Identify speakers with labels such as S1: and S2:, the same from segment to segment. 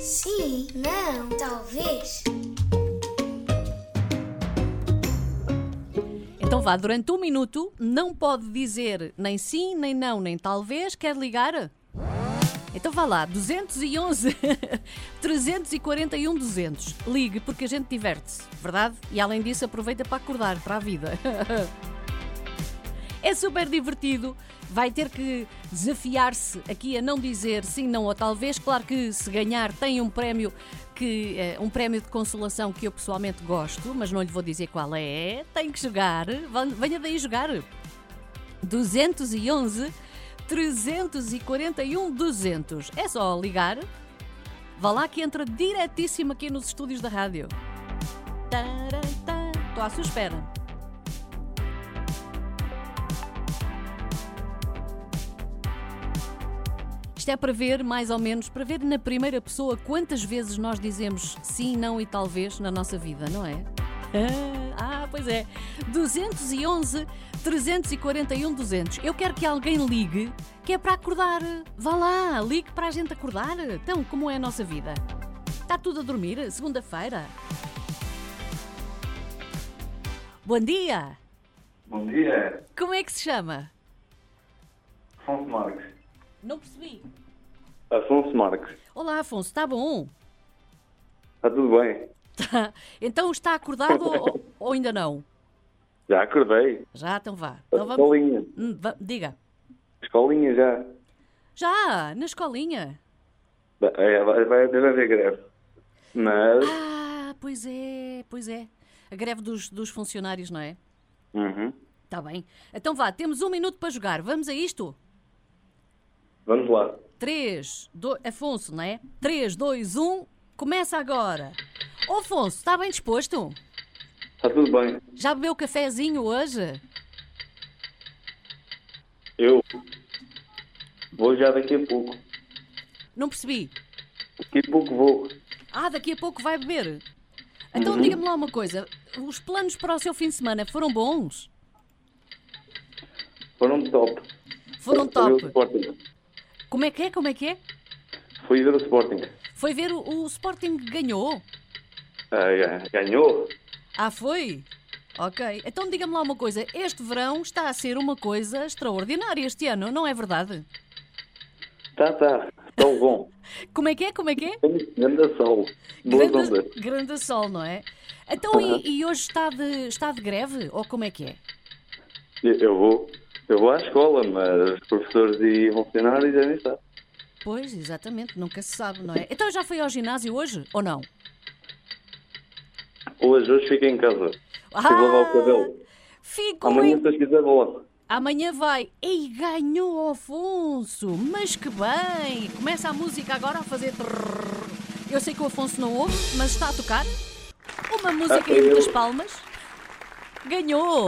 S1: Sim, não, talvez.
S2: Então vá, durante um minuto não pode dizer nem sim, nem não, nem talvez. Quer ligar? Então vá lá, 211 341 200. um, Ligue porque a gente diverte-se, verdade? E além disso, aproveita para acordar, para a vida. É super divertido. Vai ter que desafiar-se aqui a não dizer sim, não ou talvez. Claro que se ganhar tem um prémio que eh, um prémio de consolação que eu pessoalmente gosto, mas não lhe vou dizer qual é. Tem que jogar. Van- Venha daí jogar. 211 341 200. um, É só ligar. Vá lá que entra diretíssimo aqui nos estúdios da rádio. Estou à sua espera. Isto é para ver, mais ou menos, para ver na primeira pessoa quantas vezes nós dizemos sim, não e talvez na nossa vida, não é? Ah, pois é. 211 341 200. um, Eu quero que alguém ligue, que é para acordar. Vá lá, ligue para a gente acordar. Então, como é a nossa vida? Está tudo a dormir? Segunda-feira? Bom dia!
S3: Bom dia,
S2: Como é que se chama?
S3: Afonso Marques.
S2: Não percebi.
S3: Afonso Marques,
S2: Olá, Afonso, está bom?
S3: está tudo bem?
S2: Tá. Então está acordado ou, ou ainda não?
S3: Já acordei.
S2: Já, então vá.
S3: A
S2: Então vamos...
S3: escolinha.
S2: Hum, va- Diga.
S3: Escolinha já.
S2: Já, na escolinha.
S3: Ba- é, Vai, vai, deve haver greve. Mas.
S2: Ah, pois é, pois é. A greve dos, dos funcionários, não é?
S3: Uhum.
S2: Está bem. Então vá, temos um minuto para jogar. Vamos a isto?
S3: Vamos lá.
S2: 3, 2, Afonso, não é? 3, 2, 1, começa agora. Ô, Afonso, está bem disposto?
S3: Está tudo bem.
S2: Já bebeu cafezinho hoje?
S3: Eu. Vou já daqui a pouco.
S2: Não percebi.
S3: Daqui a pouco vou.
S2: Ah, daqui a pouco vai beber. Então
S3: Uhum.
S2: diga-me lá uma coisa: os planos para o seu fim de semana foram bons?
S3: Para um top.
S2: Foram
S3: Fui ver o
S2: top.
S3: Sporting.
S2: Como é que é? Como é que é?
S3: Fui ver o Sporting.
S2: Foi ver o, o Sporting que ganhou?
S3: Ah, ga- ganhou?
S2: Ah, foi? Ok. Então diga-me lá uma coisa: este verão está a ser uma coisa extraordinária este ano, não é verdade?
S3: Tá, tá. Tão bom.
S2: Como é que é? Como é que é?
S3: Grande sol. Boas ondas. Uhum.
S2: Grande, grande sol, não é? Então e- e, hoje está de, está de greve? Ou como é que é?
S3: Eu- Eu vou. Eu vou à escola, mas professores e funcionários já nem sabem.
S2: Pois, exatamente, nunca se sabe, não é? Então já foi ao ginásio hoje ou não?
S3: Hoje, hoje fiquei em casa.
S2: Ah! é
S3: Eu vou lavar o cabelo.
S2: Fico
S3: Amanhã, tá-
S2: muito.
S3: se Deus quiser, vou lá.
S2: Amanhã vai. Ei, ganhou o Afonso! Mas que bem! Começa a música agora a fazer. trrr. Eu sei que o Afonso não ouve, mas está a tocar. Uma música
S3: sou
S2: em muitas
S3: Ah, eu.
S2: palmas. Ganhou!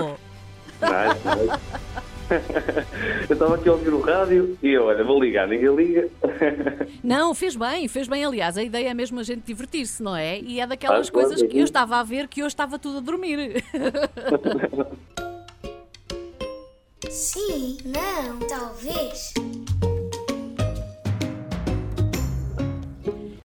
S3: Nice, nice. eu estava aqui a ouvir o rádio e eu, olha, vou ligar. Ninguém liga.
S2: Não, fez bem, fez bem. Aliás, a ideia é mesmo a gente divertir-se, não é? E é daquelas
S3: Ah, claro,
S2: coisas que eu
S3: sim.
S2: estava a ver que hoje estava tudo a dormir.
S1: Sim, não, talvez.